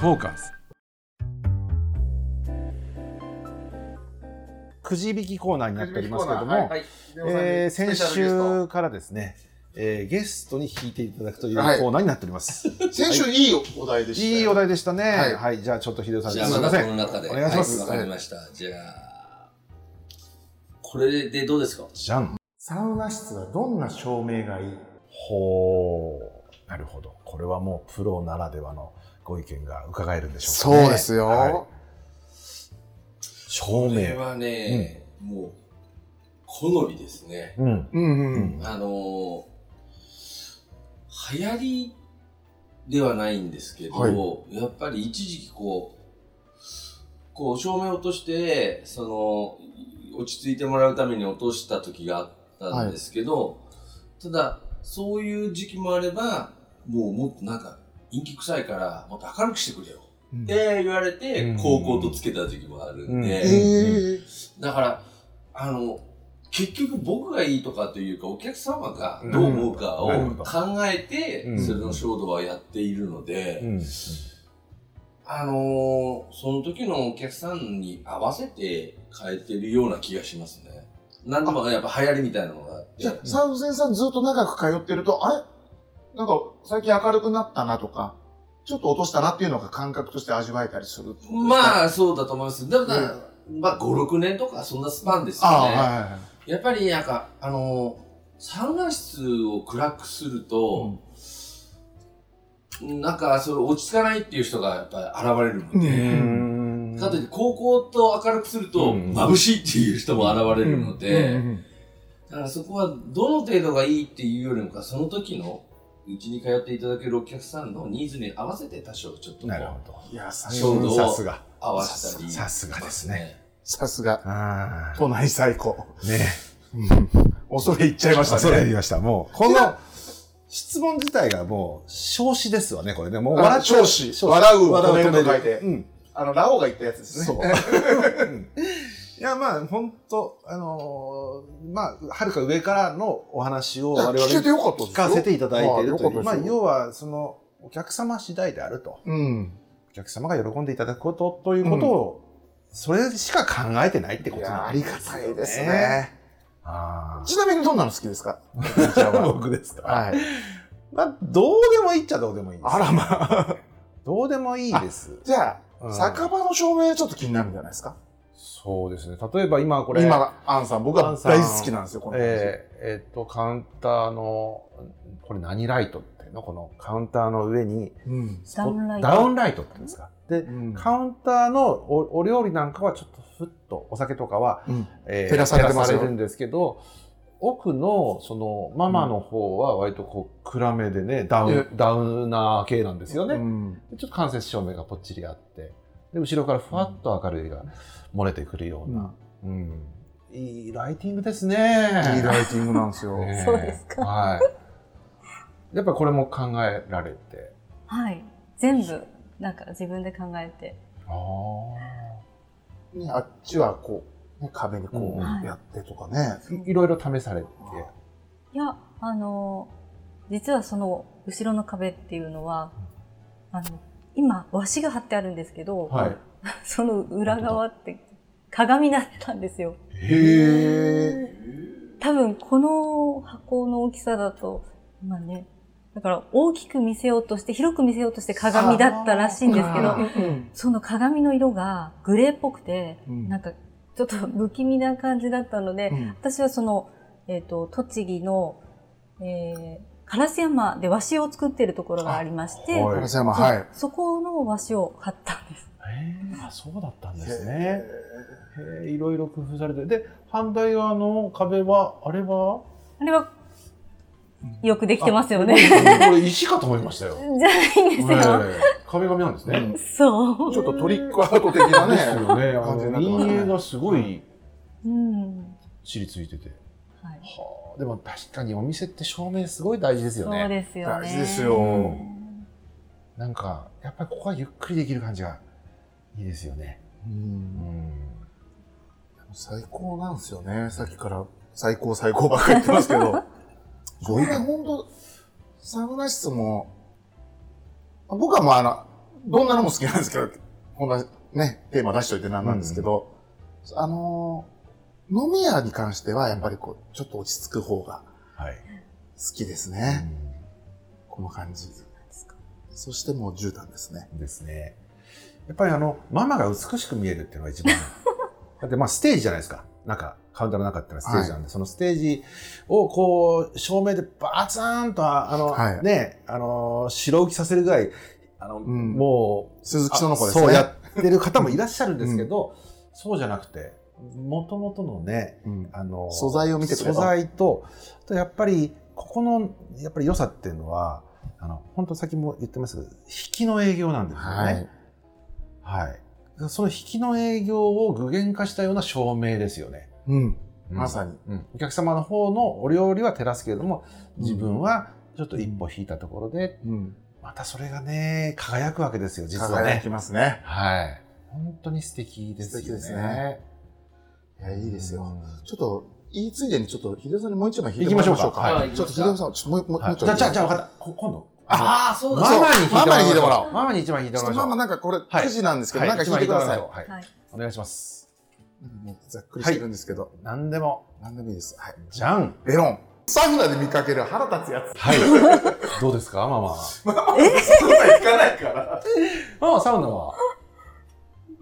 [SPEAKER 1] トーカーズくじ引きコーナーになっておりますけれども、
[SPEAKER 2] はい
[SPEAKER 1] えー先。
[SPEAKER 2] スペシャル
[SPEAKER 1] 週からですね、えーゲストに引いていただくというコ
[SPEAKER 2] はい
[SPEAKER 1] ーナーになっております。
[SPEAKER 2] ゲスト先週いいお題でしたよ。
[SPEAKER 1] いいお題でしたね。は、
[SPEAKER 2] はいい
[SPEAKER 1] じゃあちょっと秀夫さん、す
[SPEAKER 3] じ
[SPEAKER 1] い
[SPEAKER 3] ゃあ、
[SPEAKER 1] ま
[SPEAKER 3] ま
[SPEAKER 1] せ
[SPEAKER 3] だこの
[SPEAKER 1] ん。
[SPEAKER 3] 中で。
[SPEAKER 1] お願いします
[SPEAKER 3] はわかりました。じゃあ、これでどうですか
[SPEAKER 1] じゃん。
[SPEAKER 2] サウナ室はどんな照明がいい
[SPEAKER 1] ほー。なるほど。これはもうプロならではのご意見が伺えるんでしょうか、ね。
[SPEAKER 2] そうですよ。
[SPEAKER 1] はい照
[SPEAKER 3] これ
[SPEAKER 1] 明。
[SPEAKER 3] はね、もう、好みですね。
[SPEAKER 1] うん。
[SPEAKER 2] うんう
[SPEAKER 1] うん
[SPEAKER 2] ん。
[SPEAKER 3] あのー流行りではないんですけど、
[SPEAKER 2] は
[SPEAKER 3] やっぱり一時期こう、こう照明を落として、その、落ち着いてもらうために落とした時があったんですけど、ただ、そういう時期もあれば、もうもっとなんか、陰気臭いから、もっと明るくしてくれよ。
[SPEAKER 2] うん
[SPEAKER 3] って言われ
[SPEAKER 1] う
[SPEAKER 3] て
[SPEAKER 1] ん、
[SPEAKER 3] 高校とつけた時期もある
[SPEAKER 1] う
[SPEAKER 3] んで、
[SPEAKER 1] ん
[SPEAKER 2] えー
[SPEAKER 3] だから、あの、結局僕がいいとかというか、お客様がどう思うかを
[SPEAKER 1] うんなるほど
[SPEAKER 3] 考えて、
[SPEAKER 1] うん
[SPEAKER 3] それの衝動はやっているので、
[SPEAKER 1] うん。
[SPEAKER 3] あのーその時のお客さんに合わせて変えてるような気がしますね。なんでもやっぱ流行りみたいなのがあって
[SPEAKER 2] じゃあ、サウセンさんずっと長く通ってると、あれなんか最近明るくなったなとか、ちょっと落としたなっていうのが感覚として味わえたりする。あ、
[SPEAKER 3] まあ、そうだと思います。だから、まあ、5、6年とかそんなスパンですよね。
[SPEAKER 2] ああ、
[SPEAKER 3] やっぱりなんか、あのサウナ室を暗くすると、なんか、それ落ち着かないっていう人がやっぱり現れる
[SPEAKER 2] はいはい。
[SPEAKER 3] ので、
[SPEAKER 1] う
[SPEAKER 2] ね
[SPEAKER 1] ん
[SPEAKER 3] かといって高校と明るくすると
[SPEAKER 1] うん
[SPEAKER 3] 眩しいっていう人も現れるの
[SPEAKER 2] えう
[SPEAKER 3] で、
[SPEAKER 2] んうん
[SPEAKER 3] だからそこはどの程度がいいっていうよりもか、その時のうちに通っていただけるお客さんのニーズに合わせて多少ちょっとこ
[SPEAKER 1] なるほ
[SPEAKER 3] う
[SPEAKER 1] ど。
[SPEAKER 2] いや、さ
[SPEAKER 3] 衝動を
[SPEAKER 1] さすが。
[SPEAKER 3] 合わせたり。
[SPEAKER 1] さすがですね。
[SPEAKER 2] さすが、
[SPEAKER 1] あ
[SPEAKER 2] 都内最高。
[SPEAKER 1] あ。ね
[SPEAKER 2] 恐れ入っちゃいましたね。
[SPEAKER 1] それ言いました。もう、こ
[SPEAKER 2] い
[SPEAKER 1] の
[SPEAKER 2] や
[SPEAKER 1] 質問自体がもう、少子ですわね、これね。もう
[SPEAKER 2] あ
[SPEAKER 1] 笑っちゃう
[SPEAKER 2] 少子笑うを
[SPEAKER 1] 笑
[SPEAKER 2] 止めると書いて
[SPEAKER 1] うん。
[SPEAKER 2] あの、ラオウが言ったやつですね。
[SPEAKER 1] そう。うんいや、まあ、本当あのーまあ、はるか上からのお話を
[SPEAKER 2] い
[SPEAKER 1] 我
[SPEAKER 2] や
[SPEAKER 1] 々に
[SPEAKER 2] 聞けてよかったです
[SPEAKER 1] 聞
[SPEAKER 2] よ
[SPEAKER 1] かせていただいているという。
[SPEAKER 2] あよ
[SPEAKER 1] ま
[SPEAKER 2] か
[SPEAKER 1] あ、
[SPEAKER 2] ったですよ
[SPEAKER 1] 要は、その、お客様次第であると。
[SPEAKER 2] うん。
[SPEAKER 1] お客様が喜んでいただくことということを、それしか考えてないってことなんですよね。あ
[SPEAKER 2] ちなみにどんなの好きです か
[SPEAKER 1] あ。僕ですか。
[SPEAKER 2] はい。
[SPEAKER 1] まあ、どうでもいいっちゃどうでもいいです。
[SPEAKER 2] あらまあ。
[SPEAKER 1] どうでもいいです。
[SPEAKER 2] じゃあ、
[SPEAKER 1] うん
[SPEAKER 2] 酒場の照明ちょっと気になるんじゃないですか
[SPEAKER 1] そうですね。例えば今これ、
[SPEAKER 2] 今が、アンさん、僕
[SPEAKER 1] アン
[SPEAKER 2] は
[SPEAKER 1] さん
[SPEAKER 2] 大好きなんですよ、この感じ
[SPEAKER 1] えーえっと、カウンターの、これ何ライトっていうのこのカウンターの上に
[SPEAKER 2] うん。
[SPEAKER 1] スポッ
[SPEAKER 4] ダウンライト
[SPEAKER 1] ダウンライトって言うんですか。で、
[SPEAKER 2] うん
[SPEAKER 1] カウンターのおお料理なんかはちょっとふっと、お酒とかは、
[SPEAKER 2] うん
[SPEAKER 1] え
[SPEAKER 2] 照らされてますよ
[SPEAKER 1] 照らるんですけど、奥のそのママの方は割とこう暗めでね、ダウン
[SPEAKER 2] え、
[SPEAKER 1] ダウナー系なんですよね。
[SPEAKER 2] うん
[SPEAKER 1] でちょっと間接照明がぽっちりあってで後ろからふわっと明るいが漏れてくるような、うんいいライティングですね。
[SPEAKER 2] いいライティングなん ですよ。
[SPEAKER 1] ねえ
[SPEAKER 4] そうですか
[SPEAKER 1] はい。やっぱこれも考えられて。
[SPEAKER 4] はい全部なんか自分で考えて
[SPEAKER 1] あ
[SPEAKER 2] ねあっちはこう、ね壁にこ
[SPEAKER 4] うん
[SPEAKER 2] うやってとかね。
[SPEAKER 1] いいろいろ試されて。
[SPEAKER 4] いやあの実はその後ろの壁っていうのはあの今和紙が貼ってあるんですけど、
[SPEAKER 1] はい。
[SPEAKER 4] その裏側って鏡だったんですよ
[SPEAKER 2] へえ。
[SPEAKER 4] 多分この箱の大きさだと今ねだから大きく見せようとして、広く見せようとして鏡だったらしいんですけ
[SPEAKER 2] あ
[SPEAKER 4] ど
[SPEAKER 2] ー、
[SPEAKER 4] その鏡の色がグレーっぽくて、
[SPEAKER 2] うん
[SPEAKER 4] なんかちょっと不気味な感じだったので、
[SPEAKER 2] うん
[SPEAKER 4] 私はその、えっと栃木の、えー、烏山で和紙を作ってるところがありまして、
[SPEAKER 1] あはい
[SPEAKER 2] 嵐山はい。
[SPEAKER 4] そこの和紙を貼ったんです。
[SPEAKER 1] えーあそうだったんですね。へえいろいろ工夫されてで反対側の壁はあれは
[SPEAKER 4] あれはよくできてますよ
[SPEAKER 1] あ
[SPEAKER 4] ね。
[SPEAKER 1] これ石かと思いました よ。
[SPEAKER 4] じゃないんですよ。
[SPEAKER 1] ええ壁紙なんですね。
[SPEAKER 2] うん
[SPEAKER 4] そう。
[SPEAKER 2] ちょっとトリックアート的な ね。
[SPEAKER 1] ですよね。あ
[SPEAKER 2] 感じにな
[SPEAKER 1] の
[SPEAKER 2] ってますね
[SPEAKER 1] 陰影がすごい
[SPEAKER 4] うん。
[SPEAKER 1] ちりついてて。
[SPEAKER 4] は
[SPEAKER 1] は
[SPEAKER 4] い。
[SPEAKER 1] あ、でも確かにお店って照明すごい大事ですよ
[SPEAKER 4] そう
[SPEAKER 1] ね。
[SPEAKER 4] ですよね。
[SPEAKER 2] 大事ですよ
[SPEAKER 4] うん
[SPEAKER 1] なんか、やっぱりここはゆっくりできる感じがいいですよね。
[SPEAKER 2] うん
[SPEAKER 1] うん。
[SPEAKER 2] 最高なんですよね。さっきから最高最高ばっかり言ってますけど。 これ本当サウナ室も、僕はもうあの、どんなのも好きなんですけど、こんなね、テーマ出しといてなんなんですけど、あのー、飲み屋に関してはやっぱりこう、ちょっと落ち着く方が
[SPEAKER 1] はい。
[SPEAKER 2] 好きですね。この感じ。そしてもう絨毯ですね。
[SPEAKER 1] うんですね。やっぱりあの、ママが美しく見えるっていうのが 一番。だってまあステージじゃないですか。中、カウンターの中ってのはステージなんで、そのステージをこう、照明でバツーンと、あの、
[SPEAKER 2] はい
[SPEAKER 1] ね、あの、白浮きさせるぐらい、あの、
[SPEAKER 2] ん
[SPEAKER 1] もう、
[SPEAKER 2] 鈴木
[SPEAKER 1] あ
[SPEAKER 2] 園子ですね。
[SPEAKER 1] そうやってる方もいらっしゃるんですけど、そうじゃなくて、もともとのね、
[SPEAKER 2] うん
[SPEAKER 1] あの
[SPEAKER 2] 素材を見てくれ
[SPEAKER 1] 素
[SPEAKER 2] ば
[SPEAKER 1] 材とあとやっぱりここのやっぱり良さっていうのはあの本当先も言ってますけど引きの営業なんですよ
[SPEAKER 2] はい。
[SPEAKER 1] ねはい、その引きの営業を具現化したような照明ですよね、
[SPEAKER 2] うん。まさ
[SPEAKER 1] に、
[SPEAKER 2] に。
[SPEAKER 1] うんお客様の方のお料理は照らすけれども自分はちょっと一歩引いたところで、
[SPEAKER 2] うん。
[SPEAKER 1] またそれがね輝くわけですよ実は
[SPEAKER 2] 輝
[SPEAKER 1] ね
[SPEAKER 2] きますね。
[SPEAKER 1] はい本当に素敵ですよね
[SPEAKER 2] 素敵ですねいや、いいですよ。
[SPEAKER 1] うん
[SPEAKER 2] ちょっと、言いついでにちょっと、秀夫さんにもう一枚弾い
[SPEAKER 1] 行
[SPEAKER 2] て
[SPEAKER 1] きま
[SPEAKER 2] もら
[SPEAKER 1] し
[SPEAKER 2] い
[SPEAKER 1] ょ
[SPEAKER 2] ま
[SPEAKER 1] う
[SPEAKER 2] しょ
[SPEAKER 1] か。
[SPEAKER 2] うか。
[SPEAKER 1] はい
[SPEAKER 3] い
[SPEAKER 2] ちょっと、秀夫さん、ちょっともう、もう、もう
[SPEAKER 1] じ
[SPEAKER 2] ちょ
[SPEAKER 1] ゃ
[SPEAKER 2] い
[SPEAKER 1] あ、じゃあ、じゃあ、分かった。こ今度。
[SPEAKER 3] ああ、そうだ
[SPEAKER 1] ママに
[SPEAKER 2] ママに弾いてもらおう
[SPEAKER 1] ママに一枚引いて
[SPEAKER 2] ちょ
[SPEAKER 1] もら
[SPEAKER 2] っと
[SPEAKER 1] いましょ
[SPEAKER 2] まあ
[SPEAKER 1] う。
[SPEAKER 2] まあなんかこれ、
[SPEAKER 1] はい
[SPEAKER 2] くじなんですけど、なんか弾いてください。
[SPEAKER 1] はい。
[SPEAKER 4] はい。
[SPEAKER 1] お願いします。
[SPEAKER 2] もうざっくりしてるんですけど、
[SPEAKER 1] 何でも。
[SPEAKER 2] なんでもいいです。はい。
[SPEAKER 1] じゃん。
[SPEAKER 2] ベロン。サウナで見かける腹立つやつ。
[SPEAKER 1] はい。 どうですか、ママ。
[SPEAKER 2] そんな行かないから。
[SPEAKER 1] ママ、サウナは。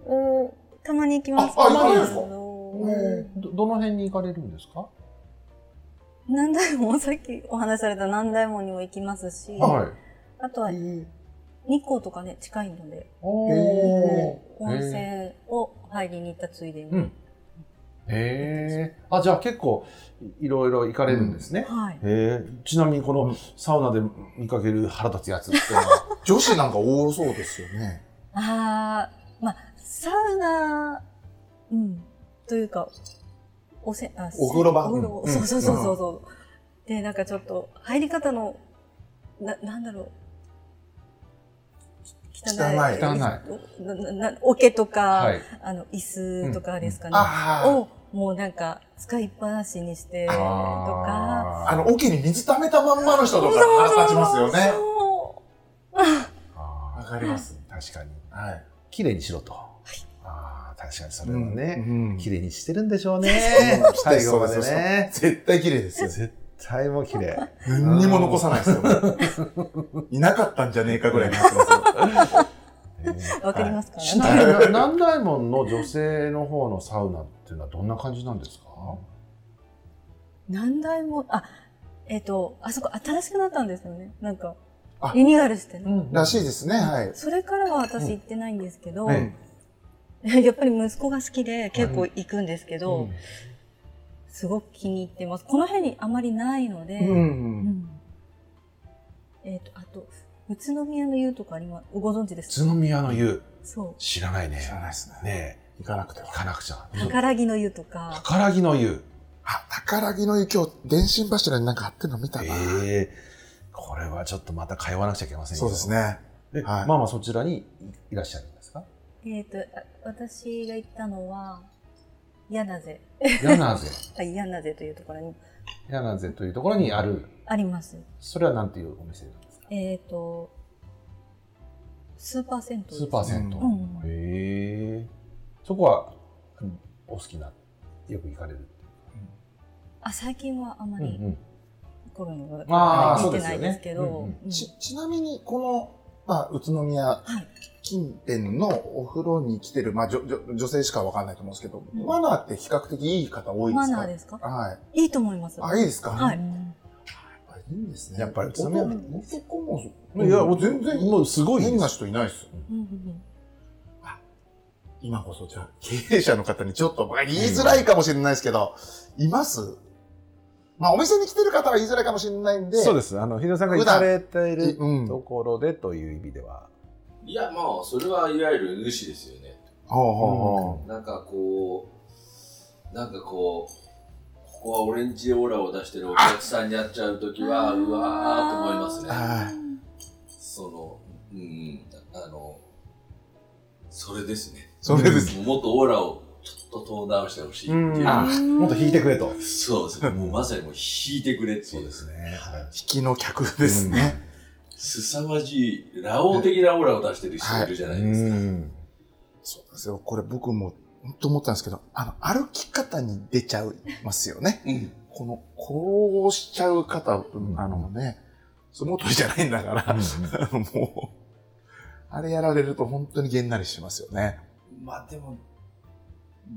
[SPEAKER 4] うんたまに行きます。
[SPEAKER 2] ああ行かれるんですか
[SPEAKER 4] あの
[SPEAKER 1] ど、どの辺に行かれるんですか。
[SPEAKER 4] 何台もさっきお話しされた何台もにも行きますし、あ
[SPEAKER 1] い。
[SPEAKER 4] とは日光とかね近いので
[SPEAKER 1] おお。
[SPEAKER 4] 温泉を入りに行ったついでに、
[SPEAKER 1] うんへえ。あ、じゃあ、結構。いいろいろ行かれるんですね。
[SPEAKER 4] はい
[SPEAKER 1] へえ。ちなみに、このサウナで見かける腹立つやつっていうの は。
[SPEAKER 2] 女子なんか多そうですよね。
[SPEAKER 4] あーまあサウナうんというかおせあ
[SPEAKER 2] お風呂場
[SPEAKER 4] お風呂
[SPEAKER 2] うん
[SPEAKER 4] そうそうそうそうそうでなんかちょっと入り方のななんだろうき汚い
[SPEAKER 2] 汚
[SPEAKER 1] い
[SPEAKER 4] ななな桶とか、
[SPEAKER 1] はい。
[SPEAKER 4] あの椅子とかですかね、
[SPEAKER 2] あ
[SPEAKER 4] をもうなんか使いっぱなしにしてと
[SPEAKER 1] と
[SPEAKER 4] か。
[SPEAKER 2] あ。あの、桶に水溜めたまんまの人とか腹立ちますよね。
[SPEAKER 4] そ
[SPEAKER 1] あー
[SPEAKER 2] わかります。
[SPEAKER 1] 確かに
[SPEAKER 2] はい。
[SPEAKER 1] 綺麗にしろと、ああ確かにそれはね、
[SPEAKER 2] うん
[SPEAKER 1] 綺麗にしてるんでしょうね
[SPEAKER 2] うん
[SPEAKER 1] 最後までね
[SPEAKER 2] 絶対綺麗ですよ。
[SPEAKER 1] 絶対もう綺麗
[SPEAKER 2] 何にも残さないですよ。いなかったんじゃねえかぐらいになってますよ。
[SPEAKER 4] うわかりますか、
[SPEAKER 1] ちなみにな南大門の女性の方のサウナっていうのはどんな感じなんですか
[SPEAKER 4] 何台も、あ、えっ、と、あそこ新しくなったんですよね。なんか
[SPEAKER 2] あ、
[SPEAKER 4] リニューアルしてね。
[SPEAKER 2] らしいですね、はい。
[SPEAKER 4] それからは私行ってないんですけど、
[SPEAKER 1] うん
[SPEAKER 4] やっぱり息子が好きで結構行くんですけ
[SPEAKER 1] う
[SPEAKER 4] ど、
[SPEAKER 1] ん
[SPEAKER 4] すごく気に入ってます。この辺にあまりないので、
[SPEAKER 2] ん。
[SPEAKER 4] えっ、と、あと、宇都宮の湯とかあります。ご存知です
[SPEAKER 1] 宇都宮の湯
[SPEAKER 4] そう。
[SPEAKER 1] 知らない
[SPEAKER 2] 知ら
[SPEAKER 1] ね
[SPEAKER 2] ないですね。
[SPEAKER 1] ねえ
[SPEAKER 2] 行かなくては
[SPEAKER 1] 行。かなくちゃ
[SPEAKER 4] 宝木の湯とか、
[SPEAKER 1] 宝木の湯
[SPEAKER 2] あ、宝木の雪を電信柱になんか貼ってんの見たな。
[SPEAKER 1] ええこれはちょっとまた通わなくちゃいけませんよ
[SPEAKER 2] そうですね。
[SPEAKER 1] え
[SPEAKER 2] はい
[SPEAKER 1] ママそちらにいらっしゃるんですか
[SPEAKER 4] えっ、と、あ私が行ったのは、柳瀬、
[SPEAKER 1] 柳瀬
[SPEAKER 4] あ柳瀬というところに
[SPEAKER 1] 柳瀬というところにある
[SPEAKER 4] あります。
[SPEAKER 1] それはなんていうお店なんですか
[SPEAKER 4] えっ、と、スーパー銭湯です
[SPEAKER 1] スーパー銭湯、
[SPEAKER 4] うん
[SPEAKER 1] へえそこはうんお好きなよく行かれる
[SPEAKER 4] あ、最近はあま
[SPEAKER 1] うん
[SPEAKER 4] り
[SPEAKER 1] うん
[SPEAKER 4] 行頃のは
[SPEAKER 1] あ
[SPEAKER 2] ー
[SPEAKER 4] 見
[SPEAKER 2] そう
[SPEAKER 4] て
[SPEAKER 1] です
[SPEAKER 4] な
[SPEAKER 1] よね
[SPEAKER 4] いですけど、
[SPEAKER 1] うんうん
[SPEAKER 4] うん
[SPEAKER 2] ちちなみにこの、まあ、宇都宮近辺のお風呂に来てる、まあ、じょじょ女性しかわかんないと思うんですけど、
[SPEAKER 4] うん
[SPEAKER 2] マナーって比較的いい方多いで
[SPEAKER 4] マ
[SPEAKER 2] すか
[SPEAKER 4] ナーですか
[SPEAKER 2] はい。
[SPEAKER 4] いいと思います。
[SPEAKER 2] あ、いいですか
[SPEAKER 4] はい
[SPEAKER 2] やっぱりいいんですね。
[SPEAKER 1] やっぱり宇都
[SPEAKER 2] 男
[SPEAKER 1] 宮
[SPEAKER 2] 男もそう、
[SPEAKER 1] いや
[SPEAKER 2] もう全然、
[SPEAKER 1] もうすごい
[SPEAKER 2] 変
[SPEAKER 1] で
[SPEAKER 2] な
[SPEAKER 1] す
[SPEAKER 2] 人いないです。
[SPEAKER 4] うんうんうん
[SPEAKER 2] 今こそ、じゃあ、経営者の方にちょっと、まあ言いづらいかもしれないですけど、いますまあ、お店に来てる方は言いづらいかもしれないんで、
[SPEAKER 1] そう
[SPEAKER 2] で
[SPEAKER 1] ですあの日野さんが行かれている
[SPEAKER 2] うん。
[SPEAKER 1] と
[SPEAKER 2] ほう
[SPEAKER 1] ころでという意味では、
[SPEAKER 3] いや、まあ、それはいわゆる主ですよね。
[SPEAKER 2] ほうほ
[SPEAKER 3] なんかこう、なんかこう、ここはオレンジオーラを出してるお客さんにやっちゃうときは、
[SPEAKER 4] あ
[SPEAKER 3] うわーと思います
[SPEAKER 2] あ
[SPEAKER 3] ね。
[SPEAKER 2] ー
[SPEAKER 3] その、うん、あの、それですね
[SPEAKER 2] う。。それです。
[SPEAKER 3] もっとオーラをちょっとトーンダウンしてほしいっていうう。
[SPEAKER 2] ん
[SPEAKER 1] あもっと引いてくれと
[SPEAKER 3] そうですね。もうまさにもう引いてくれっていう。
[SPEAKER 1] ね、はい
[SPEAKER 2] 引きの客ですね。
[SPEAKER 3] すさまじい、ラオウ的なオーラを出してる人いるじゃないですか。
[SPEAKER 1] ん、
[SPEAKER 2] そうなんですよ。これ僕も、本当思ったんですけど、あの、歩き方に出ちゃいますよね。
[SPEAKER 3] うん。
[SPEAKER 2] この、こうしちゃう方、
[SPEAKER 1] ん
[SPEAKER 2] あのね、相撲取りじゃないんだから、 もう、あれやられると本当にげんなりしますよね。
[SPEAKER 3] まあでも、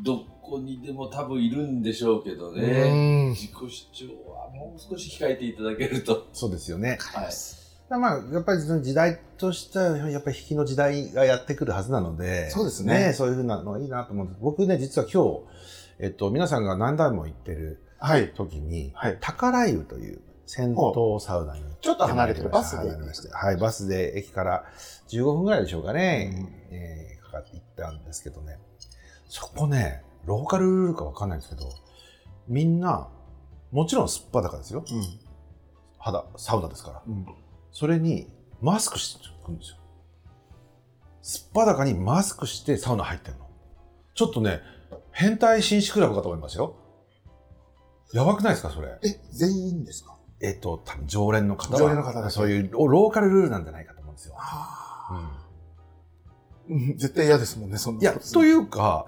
[SPEAKER 3] どこにでも多分いるんでしょうけど
[SPEAKER 2] う
[SPEAKER 3] ね。
[SPEAKER 2] ん。
[SPEAKER 3] 自己主張はもう少し控えていただけると。
[SPEAKER 1] そうですよね
[SPEAKER 3] はい。
[SPEAKER 1] だからまあやっぱりその時代としてはやっぱり引きの時代がやってくるはずなので
[SPEAKER 2] そうですね
[SPEAKER 1] そういうふうなのがいいなと思うんです僕ね実は今日、えっと、皆さんが何台も行ってる
[SPEAKER 2] はい。
[SPEAKER 1] 時に、
[SPEAKER 2] はい
[SPEAKER 1] 宝湯という銭湯サウナに
[SPEAKER 2] ちょっと離れてるバス
[SPEAKER 1] 離
[SPEAKER 2] で
[SPEAKER 1] れ。てましてはいバスで駅から15分ぐらいでしょうかね、えーかかって行ったんですけどねそこねローカルルールかわかんないんですけどみんなもちろんすっぱだかですよ肌サウナですから
[SPEAKER 2] うん。
[SPEAKER 1] それにマスクしてくんですよすっぱだかにマスクしてサウナ入ってるのちょっとね変態紳士クラブかと思いますよやばくないですかそれ
[SPEAKER 2] え、全員ですか
[SPEAKER 1] えっと、多分常連の方は
[SPEAKER 2] 常連の方だけ
[SPEAKER 1] そういうローカルルールなんじゃないかと思うんですよ。
[SPEAKER 2] あ
[SPEAKER 1] うん
[SPEAKER 2] うん絶対嫌ですもんね、そん
[SPEAKER 1] い
[SPEAKER 2] な
[SPEAKER 1] や、
[SPEAKER 2] ことす
[SPEAKER 1] と
[SPEAKER 2] る
[SPEAKER 1] いうか、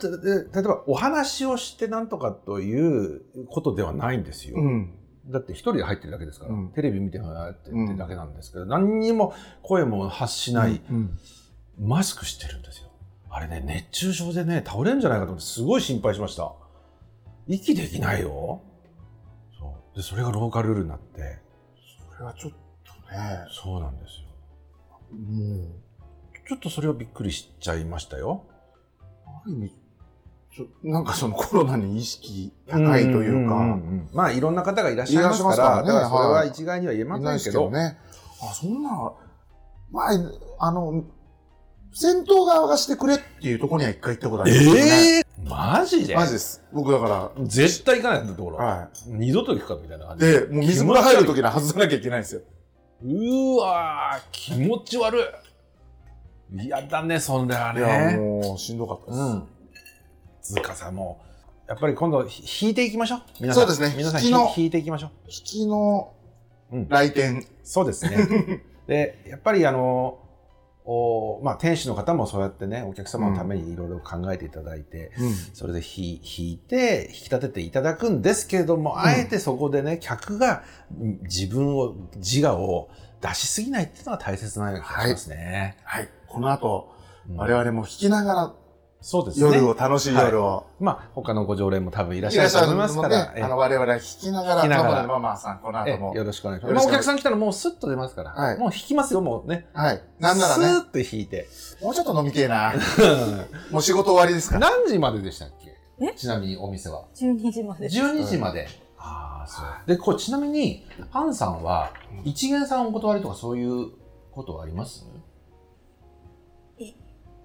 [SPEAKER 1] でで例えばお話をしてなんとかということではないんですよ。
[SPEAKER 2] うん。
[SPEAKER 1] だって一人で入ってるだけですから、
[SPEAKER 2] うん
[SPEAKER 1] テレビ見てもらってるだけなんですけど、何にも声も発しない、
[SPEAKER 2] うん。
[SPEAKER 1] マスクしてるんですよ。あれね、熱中症でね、倒れるんじゃないかと思って、すごい心配しました。息できないよ。そうでそれがローカルルールになって、
[SPEAKER 2] これはちょっとね、
[SPEAKER 1] そうなんですよ。
[SPEAKER 2] もう、
[SPEAKER 1] ちょっとそれはびっくりしちゃいましたよ。
[SPEAKER 2] ある意味、ちょなんかそのコロナに意識高いというか、
[SPEAKER 1] んんうんまあいろんな方がいらっしゃいますから、
[SPEAKER 2] いらっしゃいますからね
[SPEAKER 1] だからそれは
[SPEAKER 2] はい
[SPEAKER 1] 一概には言えま
[SPEAKER 2] いない
[SPEAKER 1] せ
[SPEAKER 2] で
[SPEAKER 1] んけど、
[SPEAKER 2] すね。あ、そんな、まあ、あの、戦闘側がしてくれっていうところには一回行ったことありますよね。
[SPEAKER 1] えーマジで
[SPEAKER 2] マジです。僕だか
[SPEAKER 1] 絶対行かないんだところ、
[SPEAKER 2] ら、は
[SPEAKER 1] 二度と行くかみたいな感
[SPEAKER 2] い。
[SPEAKER 1] じ。
[SPEAKER 2] で、もう水風呂入るときに外さなきゃいけないんですよ。
[SPEAKER 1] うわー、気持ち悪い。嫌だね、そんであ
[SPEAKER 2] い
[SPEAKER 1] ね。
[SPEAKER 2] や、もうしんどかったです。
[SPEAKER 1] うん。つうかさんもう、やっぱり今度ひ引いていきましょう。皆
[SPEAKER 2] そうですね
[SPEAKER 1] 皆さん
[SPEAKER 2] 引きの
[SPEAKER 1] ひ引いていきましょう。
[SPEAKER 2] 引きの
[SPEAKER 1] うん
[SPEAKER 2] 来店。
[SPEAKER 1] そうです ね。で、やっぱりあの、おまあ、店主の方もそうやってね、お客様のためにいろいろ考えていただいて、それでひ引いて、引き立てていただくんですけれども、あえてそこでね、客がん自分を、自我を出しすぎないっていうのが大切なような気がしますね。
[SPEAKER 2] はい。この後、
[SPEAKER 1] うん
[SPEAKER 2] 我々も引きながら
[SPEAKER 1] そうですね
[SPEAKER 2] 夜。を、楽しい夜を。
[SPEAKER 1] まあ、他のご常連も多分い
[SPEAKER 2] い
[SPEAKER 1] らっしゃると思います
[SPEAKER 2] の
[SPEAKER 1] か
[SPEAKER 2] で
[SPEAKER 1] ら、え
[SPEAKER 2] あの、我々は引きながら、
[SPEAKER 1] 引きな
[SPEAKER 2] マ
[SPEAKER 1] がら
[SPEAKER 2] マママさん、この
[SPEAKER 1] え
[SPEAKER 2] 後も
[SPEAKER 1] え。よろしくお願いしま
[SPEAKER 2] よ
[SPEAKER 1] す。
[SPEAKER 2] ろし
[SPEAKER 1] もう
[SPEAKER 2] くお
[SPEAKER 1] お
[SPEAKER 2] 願い
[SPEAKER 1] 客さん来たらもうスッと出ますから、
[SPEAKER 2] はい
[SPEAKER 1] もう引きますよ、もうね。
[SPEAKER 2] はい。なんならね、
[SPEAKER 1] スーッと引い て。
[SPEAKER 2] もうちょっと飲みてえな。 もう仕事終わりですから。
[SPEAKER 1] 何時まででしたっけ
[SPEAKER 4] え
[SPEAKER 1] ちなみにお店は
[SPEAKER 4] 12時まで。
[SPEAKER 1] 12時まで、ああそうでこれちなみにハンさんは一元さんお断りとかそういうことはあります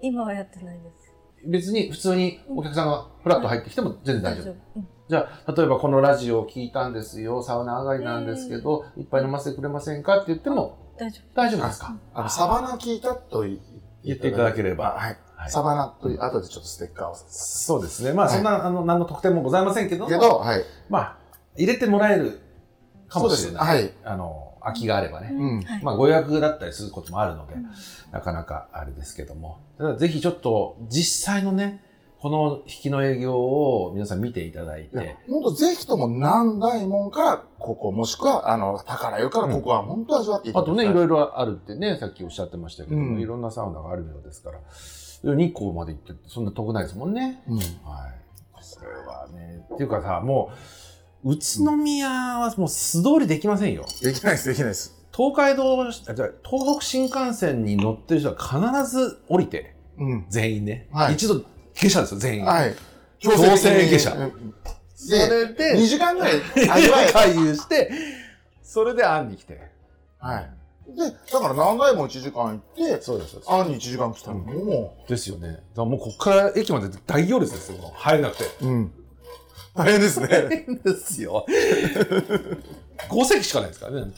[SPEAKER 4] 今はやってないです。
[SPEAKER 1] 別に普通にお客さんがフラッと入ってきても全然大丈夫、
[SPEAKER 4] うん
[SPEAKER 1] じゃあ例えばこのラジオを聞いたんですよサウナ上がりなんですけど、いっぱい飲ませてくれませんかって言っても
[SPEAKER 4] 大丈夫。
[SPEAKER 1] 大丈夫ですか
[SPEAKER 2] あの、サバナ聞いたと言
[SPEAKER 1] 言っていただければ
[SPEAKER 2] はい。
[SPEAKER 1] はい
[SPEAKER 2] サバナという、後でちょっとステッカーをさせて
[SPEAKER 1] そうですねまあ
[SPEAKER 2] はい
[SPEAKER 1] そんな、あの何の特典もございませんけど
[SPEAKER 2] けど、はい。
[SPEAKER 1] まあ入れてもらえるかもしれない、
[SPEAKER 2] そうです
[SPEAKER 1] あの空きがあればね、
[SPEAKER 2] うん
[SPEAKER 4] はい
[SPEAKER 1] まあ、ご予約だったりすることもあるので、
[SPEAKER 4] うん
[SPEAKER 1] なかなかあれですけども、ただぜひちょっと実際のね、この引きの営業を皆さん見ていただいて、
[SPEAKER 2] 本当ぜひとも南大門からここ、もしくは、あの、宝湯からここは本当味わっていた
[SPEAKER 1] あ
[SPEAKER 2] だきた
[SPEAKER 1] と
[SPEAKER 2] い。
[SPEAKER 1] ね、いろいろあるってね、さっきおっしゃってましたけど、
[SPEAKER 2] うん
[SPEAKER 1] いろんなサウナがあるようですから、日光まで行って、そんな遠くないですもんね。
[SPEAKER 2] うん。
[SPEAKER 1] はい。これはね、っていうかさ、もう、宇都宮はもう素通りできませんよ。
[SPEAKER 2] できないです、できないです。
[SPEAKER 1] 東海道、あじゃあ東北新幹線に乗ってる人は必ず降りて、
[SPEAKER 2] うん。
[SPEAKER 1] 全員ね。
[SPEAKER 2] はい
[SPEAKER 1] 一度、下車ですよ、全員。
[SPEAKER 2] はい。
[SPEAKER 1] 強制的に
[SPEAKER 2] うん
[SPEAKER 1] それで、
[SPEAKER 2] 2時間ぐらい 味わえ
[SPEAKER 1] 回遊して、それで会に来て。
[SPEAKER 2] はい。で、だから何回も1時間行って、
[SPEAKER 1] そうです。
[SPEAKER 2] あんに1時間来たらも
[SPEAKER 1] ですよね。だからもうこっから駅まで大行列ですよ、もう入れなくて。
[SPEAKER 2] う、うん。大変 ですね。
[SPEAKER 1] 変です よ。5席しかないですからね、だって。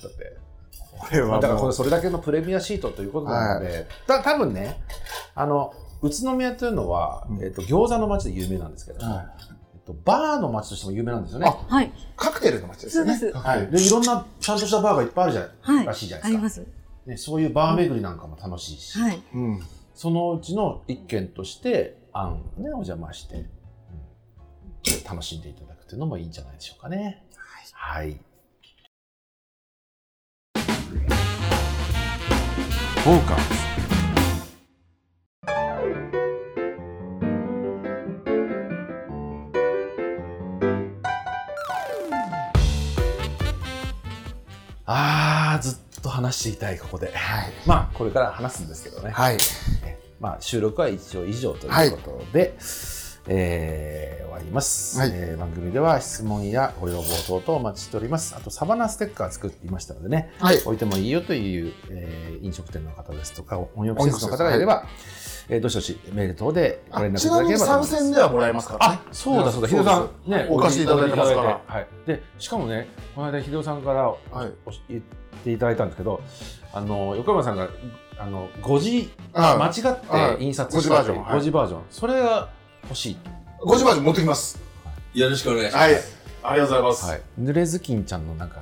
[SPEAKER 2] これ
[SPEAKER 1] だ
[SPEAKER 2] は
[SPEAKER 1] からこ
[SPEAKER 2] も
[SPEAKER 1] れ
[SPEAKER 2] う。
[SPEAKER 1] それだけのプレミアシートということなので、た多分ね、あの、宇都宮というのは、
[SPEAKER 2] うん
[SPEAKER 1] えっと餃子の街で有名なんですけど、
[SPEAKER 2] はい
[SPEAKER 1] えっと、バーの街としても有名なんですよね。
[SPEAKER 2] あ
[SPEAKER 4] はい。
[SPEAKER 2] カクテルの街ですよね。
[SPEAKER 4] そうです
[SPEAKER 2] はい。
[SPEAKER 1] でいろんなちゃんとしたバーがいっぱいあるじゃない、
[SPEAKER 4] はい
[SPEAKER 1] らしいじゃな
[SPEAKER 4] あ
[SPEAKER 1] い
[SPEAKER 4] り
[SPEAKER 1] ですか
[SPEAKER 4] ます。
[SPEAKER 1] ね。そういうバー巡りなんかも楽しいし、
[SPEAKER 4] はい。
[SPEAKER 2] うん。
[SPEAKER 1] そのうちの一軒として、あんね、お邪魔して、うんで楽しんでいただくというのもいいんじゃないでしょうかね。はい。フォーカス。あーずっと話していたいここで、
[SPEAKER 2] はい。
[SPEAKER 1] まあこれから話すんですけどね、
[SPEAKER 2] はい。
[SPEAKER 1] まあ、収録は一応以上ということで、えー終わります、
[SPEAKER 2] はい
[SPEAKER 1] えー番組では質問やご要望等々お待ちしておりますあとサバナステッカー作っていましたのでね
[SPEAKER 2] はい。
[SPEAKER 1] 置いてもいいよという、えー飲食店の方ですとか温浴施設の方がいれば、えーどしどしメール等でご連絡い
[SPEAKER 2] ち
[SPEAKER 1] た
[SPEAKER 2] な
[SPEAKER 1] だ
[SPEAKER 2] み
[SPEAKER 1] け
[SPEAKER 2] に
[SPEAKER 1] ればと
[SPEAKER 2] 参
[SPEAKER 1] 思います
[SPEAKER 2] 戦ではもらえますからね
[SPEAKER 1] あ。そうだそうだ、
[SPEAKER 2] そ
[SPEAKER 1] 秀
[SPEAKER 2] う
[SPEAKER 1] 夫
[SPEAKER 2] です
[SPEAKER 1] さん、ね、
[SPEAKER 2] お貸しいただいてますから
[SPEAKER 1] はい、でしかもね、この間、秀夫さんからお
[SPEAKER 2] はい
[SPEAKER 1] お言っていただいたんですけど、あの横山さんがあの誤字、
[SPEAKER 2] はい
[SPEAKER 1] 間違って印刷したっていう
[SPEAKER 2] 誤字バージョンはい
[SPEAKER 1] 誤字バージョン、それが欲しい、
[SPEAKER 2] ごしばし持ってきます。
[SPEAKER 3] よろしくお願いします。
[SPEAKER 2] はい。ありがとうございます。
[SPEAKER 1] はい、濡れずきんちゃんのなんか、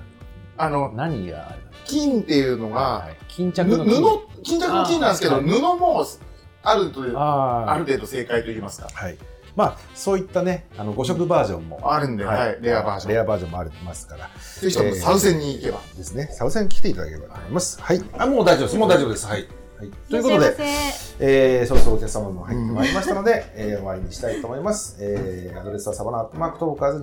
[SPEAKER 2] あの、
[SPEAKER 1] 何があれだ
[SPEAKER 2] 金っていうの
[SPEAKER 1] は
[SPEAKER 2] が、
[SPEAKER 1] い巾
[SPEAKER 2] ぬ
[SPEAKER 1] 着の巾
[SPEAKER 2] 布、巾着の金なんですけ
[SPEAKER 1] あ
[SPEAKER 2] ど、
[SPEAKER 1] ー
[SPEAKER 2] 布もあるという、あ
[SPEAKER 1] あー
[SPEAKER 2] る程度正解といいますか。
[SPEAKER 1] はいまあ、そういったね、あの5色バージョンも、
[SPEAKER 2] あるんで、はい。レアバージョン。
[SPEAKER 1] レアバージョンもありますから。
[SPEAKER 2] ぜひとも参戦に行けば。
[SPEAKER 1] ですね。サブさん来ていただければと思います。はい。あ、もう大丈夫です。もう大丈夫です。はい。はい、ということ
[SPEAKER 4] いら
[SPEAKER 1] で
[SPEAKER 4] っし、ゃいませ
[SPEAKER 1] えー、そろそろお客様も入ってまいりましたので、えー、終わりにしたいと思います。えー、アドレスはサバナアットマークトーカーズ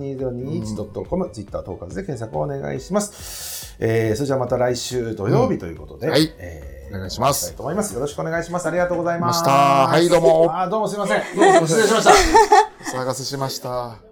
[SPEAKER 1] 2021.com、ツイッタートーカーズで検索をお願いします。えー、それじゃあまた来週土曜日ということで、
[SPEAKER 2] うんはい
[SPEAKER 1] えー
[SPEAKER 2] お願いします
[SPEAKER 1] たいと思います。よろしくお願いします。ありがとうございます。
[SPEAKER 2] ましたはいどうも
[SPEAKER 1] あー、どうもすいません。
[SPEAKER 2] 失礼しました。お騒がせしました。